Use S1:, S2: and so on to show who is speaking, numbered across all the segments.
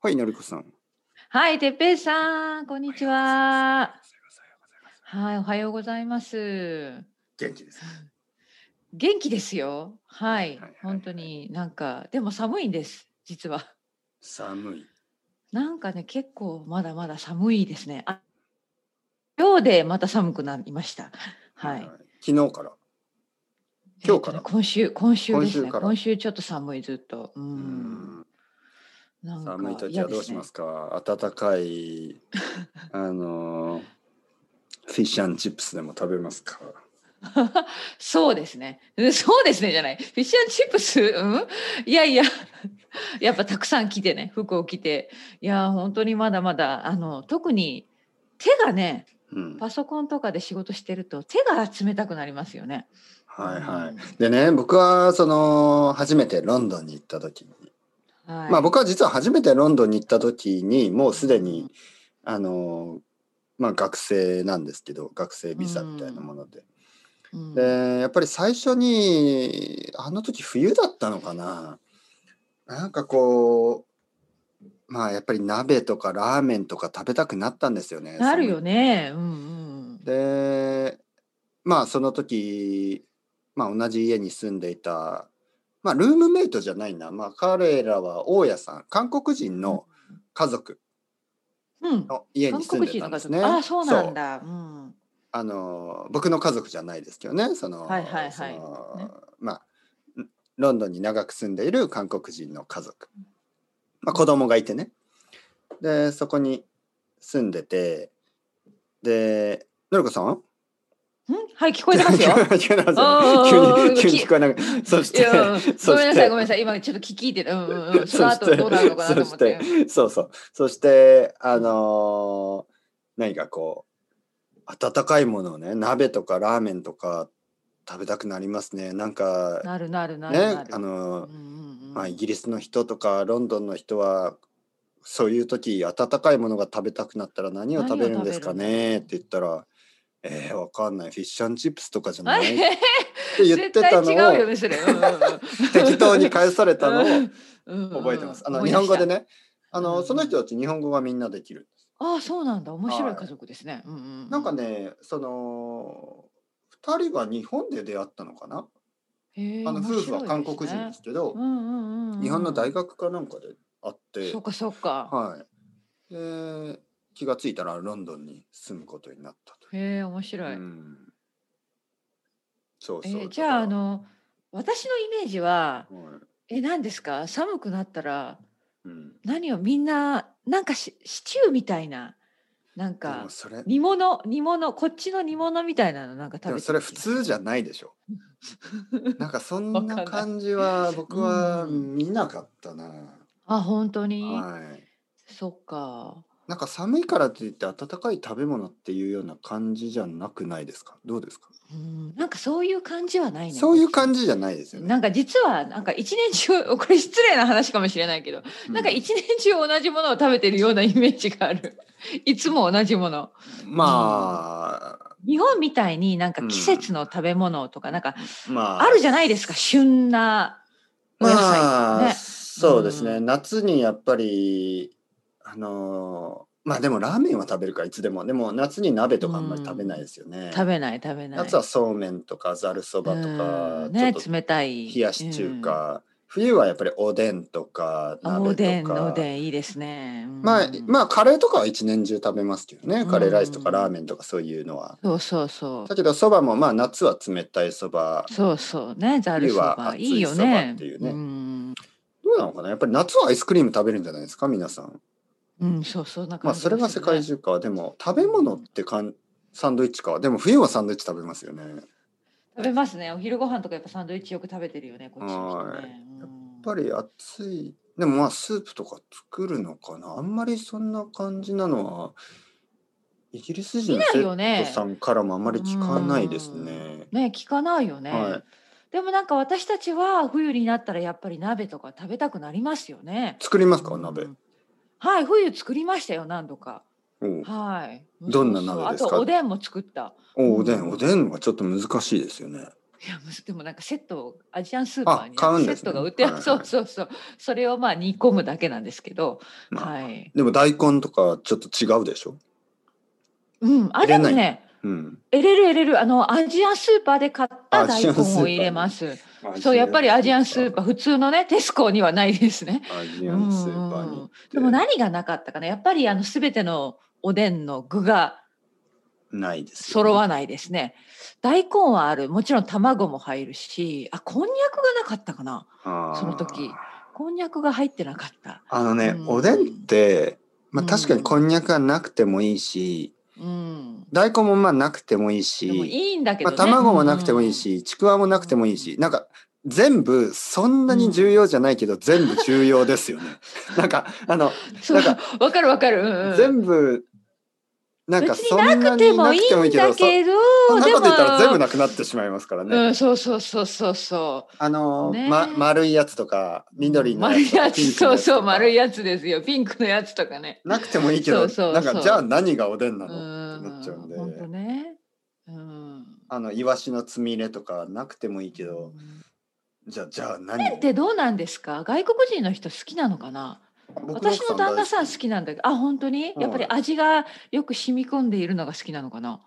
S1: はい、なるこさん。
S2: はい、てっぺいさん、こんにちは。はい、おはようございます。
S1: 元気です。
S2: 元気ですよ。はい、
S1: はいはいはい
S2: 本当になんか、でも寒いんです。実は。
S1: 寒い。
S2: なんかね、結構まだまだ寒いですね。あ今日でまた寒くなりました。はい。
S1: 昨日から。今日から
S2: えっとね今週、今週です
S1: 今週
S2: ね。
S1: か
S2: 今週
S1: ら
S2: ちょっと寒い、ずっと。う。
S1: うんん
S2: なんか
S1: 寒い時はどうしますか。暖か い。あのー。フィッシュチップスでも食べますか。
S2: そうですね。うんそうですねじゃない。フィッシュチップス、うん、いやいや、やっぱたくさん着てね、服を着て。いや、本当にまだまだ、あの、特に手がね、
S1: うん。
S2: パソコンとかで仕事してると手が冷たくなりますよね。
S1: はいはい
S2: うん。
S1: でね、僕はその初めてロンドンに行った時に。
S2: はい。
S1: まあ僕は実は初めてロンドンに行った時にもうすでに、あのーまあ学生なんですけど学生ビザみたいなもので、
S2: うん、
S1: でやっぱり最初にあの時冬だったのかななんかこうまあやっぱり鍋とかラーメンとか食べたくなったんですよね。
S2: なるよね。うん
S1: そのでまあその時、まあ、同じ家に住んでいた、まあ、ルームメイトじゃないな、まあ、彼らは大家さん韓国人の家族
S2: うん。うん。
S1: の家
S2: 韓
S1: に住ん
S2: 国
S1: で
S2: 人
S1: た
S2: の
S1: んで
S2: 方
S1: すね。
S2: ああ、そうなん
S1: そう
S2: だ。うん。
S1: あの僕の家族じゃないですけどねその
S2: はいはいはい
S1: その
S2: ね
S1: まあんロンドンに長く住んでいる韓国人の家族、まあ、子供がいてねでそこに住んでてでのりこさん
S2: うんはい、聞こえてますよ。
S1: 聞こえてますよ
S2: おーおーお
S1: ね急
S2: ー
S1: に急に聞こえなくそし
S2: いやうん
S1: て
S2: ご
S1: そ
S2: めんな
S1: し
S2: さい、
S1: て
S2: ごめんなさい。今ちょっと聞き入ってた。うんうんうん。そ
S1: そ
S2: の
S1: し
S2: 後
S1: て
S2: どうなるのかなと思って。
S1: そそうそうそしてあのー何かこう温かいものをね鍋とかラーメンとか食べたくなりますねなんか
S2: なるなるなる
S1: ね
S2: なる。
S1: あのー
S2: うんうんうん
S1: まあ、イギリスの人とかロンドンの人はそういう時温かいものが食べたくなったら何を食べるんですかねって言ったら「えー、わかんないフィッシュチップスとかじゃない?」 って
S2: え
S1: 言って
S2: 絶対
S1: たの
S2: 違うよ
S1: を
S2: ね、それ。うんうんうん
S1: 適当に返されたのを
S2: うんうん
S1: 覚えてます。あの
S2: 思い
S1: 日本
S2: 出した
S1: 語で。ね、あ
S2: うん
S1: の
S2: うん
S1: その人たち日本語がみんなできる。
S2: ああ、そうなんだ。面白
S1: はい
S2: い家族ですね。うんうんう
S1: なんか。ね、その二人は日本で出会ったのかな。
S2: へえ
S1: あの夫婦は韓国。
S2: 面白
S1: 人
S2: い
S1: で
S2: です
S1: すけど
S2: ねう、んうんうんうん。
S1: 日本の大学かなんかで会って
S2: そ、うかそうか。
S1: はい。で気がついたらロンドンに住むことになったと。
S2: へえ、面白
S1: う
S2: い。
S1: んそう
S2: え
S1: そう。
S2: ーじゃああ
S1: だか
S2: の私のイメージは
S1: ら、はい
S2: え何ですか？寒くなったら
S1: うん。
S2: 何をみんななんかしシチューみたいななん
S1: で
S2: か
S1: もそれ、
S2: 煮物煮物こっちの煮物みたいなのなんか
S1: で
S2: 食べ
S1: も
S2: て
S1: それ普通じゃないでし ょ。なんかそん
S2: わかんな
S1: ない感じは僕は
S2: うん
S1: 見なかったな。
S2: あ本当に、
S1: はい。
S2: そっか
S1: なんか寒いからといって温かい食べ物っていうような感じじゃなくないですかどうですか
S2: うんなんかそういう感じはないね
S1: そういう感
S2: じ
S1: じじゃないですよね。
S2: なんか実はなんか一年中これ失礼な話かもしれないけど、
S1: う
S2: なんか一年中同じものを食べてるようなイメージが あるいつも同じもの
S1: まあ、
S2: 日本みたいになん
S1: う
S2: か
S1: ん
S2: 季節の食べ物とかなんか
S1: まあ、
S2: あるじゃないですか旬なお野菜とか
S1: まあ、
S2: ね、
S1: そうですね、
S2: うん
S1: 夏にやっぱり、あのーまあでもラーメンは食べるからいつでも、でも夏に鍋とかあんまり食べないですよね。
S2: 食べない食べない
S1: 夏はそうめんとかざるそばとか、
S2: うんね
S1: ちょっと
S2: 冷たい
S1: 冷やし中、華、冬はやっぱりおでんとか
S2: うんあお
S1: 鍋
S2: でん
S1: とか。
S2: おでんいいですね、うん
S1: まあ、まあカレーとかは一年中食べますけどね
S2: うん
S1: カレーライスとかラーメンとかそういうのは、
S2: そうそうそ
S1: だけどそばもまあ夏は冷たいそば
S2: うそうそうねざるそ
S1: 冬は
S2: ば
S1: 熱い
S2: いいよね
S1: そばっていうね
S2: ん、
S1: どうなのかなやっぱり夏はアイスクリーム食べるんじゃないですか皆さん
S2: うん、そうそうな感じ
S1: まあそれが世界中かでも食べ物ってかんサンドイッチかでも冬はサンドイッチ食べますよねやっ
S2: 食べますねお昼ご飯とかやっぱサンドイッチよく食べてるよねこっちの人
S1: はい
S2: ね、うん
S1: ぱり暑いでもまあスープとか作るのかなあんまりそんな感じなのはイギリス人の
S2: 見な
S1: 生
S2: いよね
S1: 徒さんからもあんまり聞かないですね、
S2: うんね聞かないよね、
S1: はい
S2: でもなんか私たちは冬になったらやっぱり鍋とか食べたくなりますよね
S1: 作りますか鍋
S2: う、んはい冬作りましたよ何度か
S1: うん
S2: はい
S1: どんな鍋ですか
S2: そうそうあとおでんも作った
S1: おおで
S2: うんん
S1: おでんはちょっと難しいですよね。
S2: いやむずでもなんかセットをアジアンスーパーに
S1: あ買うん
S2: セ
S1: ですね
S2: ットが売ってある、
S1: はい
S2: そうそうそうそれをまあ煮込むだけなんですけど、
S1: まあ
S2: はい
S1: でも大根とかちょっと違うでしょ
S2: うんあ
S1: 入れ
S2: れも
S1: ない
S2: ね
S1: うん。
S2: 入れる入れるあのアジアンスーパーで買った大根を入れますそうやっぱりアジアンスーパー普通のねテスコにはないですね
S1: ー。アジアンスーパー
S2: うんうんう
S1: に
S2: ん。でも何がなかったかなやっぱりあの全てのおでんの具が
S1: ないです、
S2: 揃わないですね。大根はある。もちろん卵も入るし、あ、こんにゃくがなかったかな。
S1: あー
S2: その時こんにゃくが入ってなかった。
S1: あのね、
S2: うん
S1: おでんって、ま
S2: う
S1: あ、
S2: ん
S1: 確かにこんにゃくはなくてもいいし、
S2: うん。
S1: 大根もまあなくてもいいし
S2: でもいいんだけど
S1: まあ、
S2: ね。
S1: 卵もなくてもいいし、ちくわもなくてもいいし、なんか全部そんなに重要じゃないけど、全部重要ですよ ね。なんかあの
S2: うん。そう、
S1: なん
S2: わかるわかる。うんうん、
S1: 全部なんか
S2: 別
S1: そ
S2: に
S1: んなにな
S2: なく
S1: く
S2: て
S1: て
S2: も
S1: も
S2: い
S1: い
S2: い
S1: い
S2: ん
S1: けど
S2: だけど、
S1: そんな
S2: で
S1: こ
S2: も
S1: と言ったら全部なくなってしまいますからね。
S2: うん、そうそうそうそうそう。
S1: あの
S2: ね
S1: ま、丸いやつとか緑の
S2: 丸いや
S1: ピン
S2: つ、
S1: クの
S2: そうそう、丸い
S1: やつ
S2: やつですよ。ピンクのやつとかね。
S1: とかなくてもいいけど
S2: そうそう
S1: なん
S2: そ
S1: か
S2: う
S1: じゃあ何がおでん
S2: う
S1: なのってなっちゃうん
S2: ん。
S1: で
S2: 本当ね。うん。
S1: あのイワシのつみれとかなくてもいいけど
S2: うん
S1: じゃあじゃあ
S2: っ
S1: 何
S2: てどうなんですか外国人の人好きなのかな
S1: 僕
S2: 私の旦那さん
S1: 奥
S2: 好きなんだけどあ本当に
S1: うん
S2: やっぱり味がよく染み込んでいるのが好きなのかな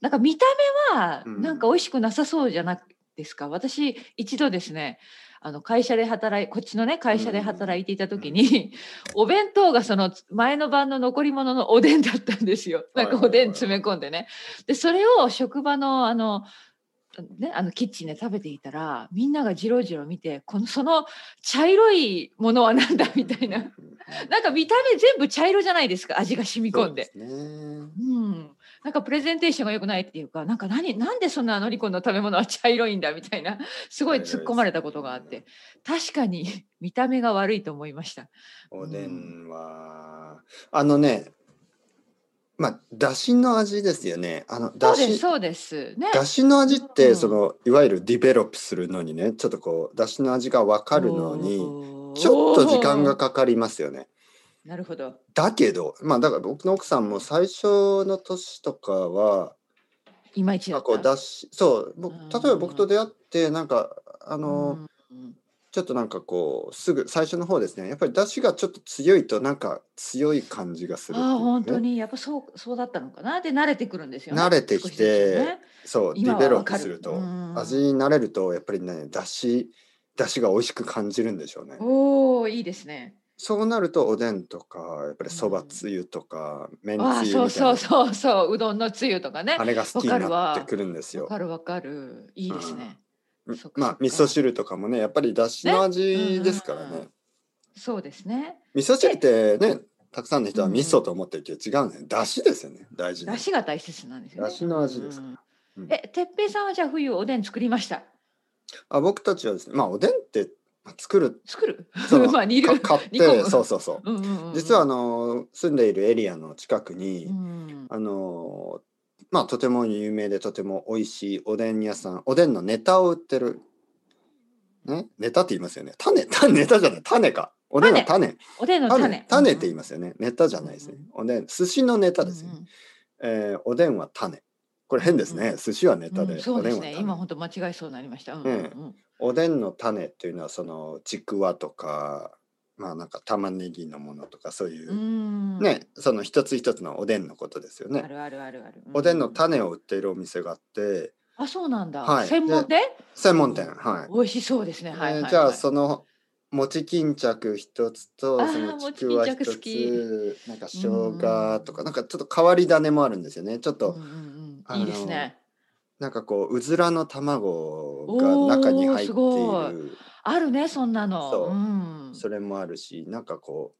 S2: なんか見た目は
S1: うん
S2: なんか美味しくなさそうじゃないですか、私一度ですねあの会社で働いこっちのね会社で働いていた時に、お弁当がその前の晩の残り物のおでんだったんですよなんかおでん詰め込んでねでそれを職場のあのね、あのキッチンで食べていたらみんながじろじろ見てこのその茶色いものはなんだみたいななんか見た目全部茶色じゃないですか味が染み込んで。
S1: そうですね
S2: うん、なんかプレゼンテーションが良くないっていうかなんか何なんでそんなのりこの食べ物は茶色いんだみた いなすごい突っ込まれたことがあって確かに見た目が悪いと思いました。
S1: おでんは、あのねまあだしの味ですよねあの
S2: そ
S1: だ
S2: うです
S1: し
S2: そうですね。
S1: だしの味っ
S2: う
S1: て
S2: ん
S1: そのいわゆるディベロップするのにねちょっとこうだしの味が分かるのに
S2: おー
S1: ちょっと時間がかかりますよね。
S2: なるほど。
S1: だけどまあだから僕の奥さんも最初の年とかはい
S2: まいち
S1: なん
S2: だっ
S1: かこう
S2: た。
S1: だしそう僕
S2: うん
S1: 例えば僕と出会ってなんかあの、
S2: うんうん
S1: ちょっとなんかこうすぐ最初の方ですねやっぱりだしがちょっと強いとなんか強い感じがするっていう
S2: あ
S1: ね、
S2: あ本当にやっぱそうそうだったのかなで慣れてくるんですよね。
S1: 慣れてきて
S2: 少しずつね
S1: そうデ
S2: 今
S1: ィ
S2: は
S1: ベロッ
S2: わ
S1: プ
S2: かる
S1: すると
S2: うん
S1: 味に慣れるとやっぱりねだしだしが美味しく感じるんでしょうね。
S2: おおいいですね。
S1: そうなるとおでんとかやっぱりそばつゆとか、めんつゆみ
S2: あ
S1: た
S2: あ
S1: い
S2: そ
S1: な
S2: うそうそうそううどんのつゆとかね。
S1: あれが好きになってくるんです
S2: わ
S1: よ。
S2: かるわかるいいですね。
S1: うん
S2: そっか
S1: ま
S2: そ
S1: あ
S2: っか
S1: 味噌汁とかもねやっぱりだしの味ですから
S2: ねうんうん
S1: ね
S2: う。そうですね。
S1: 味噌汁ってねたくさんの人は
S2: うん
S1: 味噌と思ってるけど違うんだよね。だしですよね大事な
S2: だ。しが大切なんですよね。
S1: だしの味ですか
S2: うん
S1: うん
S2: えてっぺいさんはじゃあ冬おでん作りました。
S1: あ僕たちはですねまあおでんってまあ作る
S2: 作る
S1: その
S2: まあ煮る
S1: か。買っ
S2: 煮込
S1: て
S2: む
S1: そうそうそう。
S2: うんうんうん
S1: 実はあの住んでいるエリアの近くに、
S2: うん
S1: あのまあとても有名でとても美味しいおでん屋さんおでんのネタを売ってる、ね、ネタって言いますよね種 種ネタじゃない種かおでんの種
S2: おでんの
S1: 種
S2: 種
S1: 種って言いますよねネタじゃないですねおでん寿司のネタですね、
S2: うんうん
S1: えーおでんは種これ変ですね、
S2: うん
S1: 寿司はネタで、
S2: うんそう
S1: おで
S2: で
S1: ん
S2: す
S1: は
S2: ね
S1: 種
S2: 今本当間違いそうになりました、うんうんうん
S1: おでんの種っていうのはそのちくわとかまあなんか玉ねぎのものとかそういう
S2: う、ん
S1: ねその一つ一つのおでんのことですよね
S2: あるあるあるある。
S1: おでんの
S2: う
S1: 種を売っているお店があって
S2: あ、そうなんだ。
S1: はい
S2: 専門で。
S1: 専門店はい、
S2: 美味しそうですね。はいはい、
S1: え
S2: は
S1: ー
S2: い。
S1: じゃあその餅巾着一つと
S2: あー
S1: そのちくわ
S2: 餅巾
S1: 一
S2: 着好き
S1: つなんか生姜とかなんかちょっと変わり種もあるんですよねちょっ
S2: う
S1: と
S2: んうんう
S1: あ
S2: ん、
S1: の
S2: いいですね。
S1: なんかこううずらの卵が中に入ってい
S2: おーす
S1: る
S2: あるね、そんなの。
S1: そう
S2: うん。
S1: それもあるしなんかこ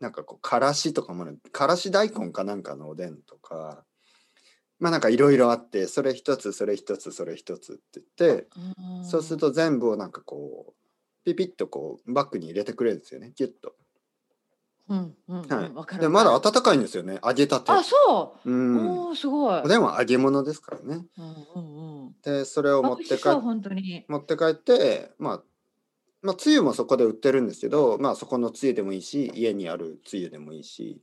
S1: うなんかこうからしとかもあるからし大根かなんかのおでんとかまあなんかいろいろあってそれ一つそれ一つそれ一つって言って
S2: うん
S1: そうする。と全部をなんかこうピピッとこうバッグに入れてくれるんですよねギュッと。
S2: うんうん、うん、わ、
S1: はい
S2: かる。
S1: でまだ温かいんですよね揚げたて。
S2: あ、そうう。
S1: ん、
S2: おお、すごい。
S1: おでんは揚げ物ですからね。
S2: うんうんうん。
S1: でそれを持
S2: あ
S1: っ
S2: 美
S1: て
S2: 味し
S1: 帰
S2: そう、
S1: っ
S2: 本当に。
S1: 持って帰ってまあまあつゆもそこで売ってるんですけどまあそこのつゆでもいいし家にあるつゆでもいいし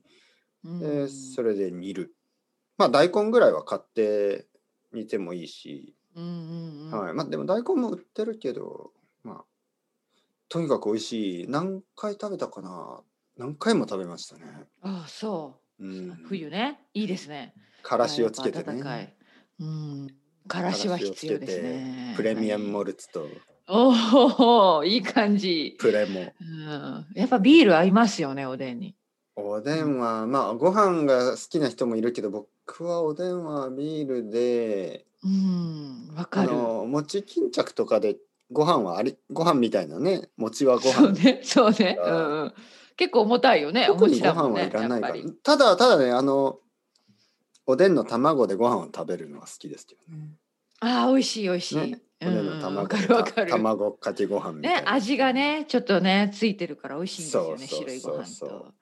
S2: う
S1: で
S2: ん
S1: それで煮る。まあ大根ぐらいは買って煮てもいいし
S2: うんうんうん。
S1: はい、まあでも大根も売ってるけど、まあ、とにかく美味しい何回食べたかな何回も食べましたね、
S2: ああ、そうう。
S1: ん、
S2: 冬ね。いいですね。
S1: からしをつけて
S2: やっぱ暖か
S1: ね
S2: い。うん。からしは必要です
S1: からしをつ
S2: ね。
S1: プレミアムモルツと
S2: おお、いい感じ。
S1: プレモ
S2: うん。やっぱビール合いますよね、おでんに。
S1: おでんはまあご飯が好きな人もいるけど僕はおでんはビールで
S2: うん。わ
S1: あ
S2: かる。
S1: の餅巾着とかでご飯はありご飯みたいなね餅はご
S2: そう
S1: 飯
S2: ね。そうね。
S1: あ
S2: う
S1: あ
S2: んうん。結構重たいよね。お
S1: 特に
S2: 餅
S1: ご
S2: だ
S1: 飯
S2: もん
S1: は
S2: ね。
S1: いらないから、
S2: やっぱり
S1: ただただねあのおでんの卵でご飯を食べるのは好きですけどね
S2: ああ、美味しい、美味しい。
S1: ね
S2: う
S1: お
S2: ん
S1: で
S2: うんん
S1: の卵
S2: わか
S1: か
S2: るわかる。
S1: 卵かけご飯みたい
S2: ね
S1: な、
S2: 味がねちょっとねついてるから美味しいんですよ
S1: そ
S2: ね
S1: うそうそうそう
S2: 白いご飯と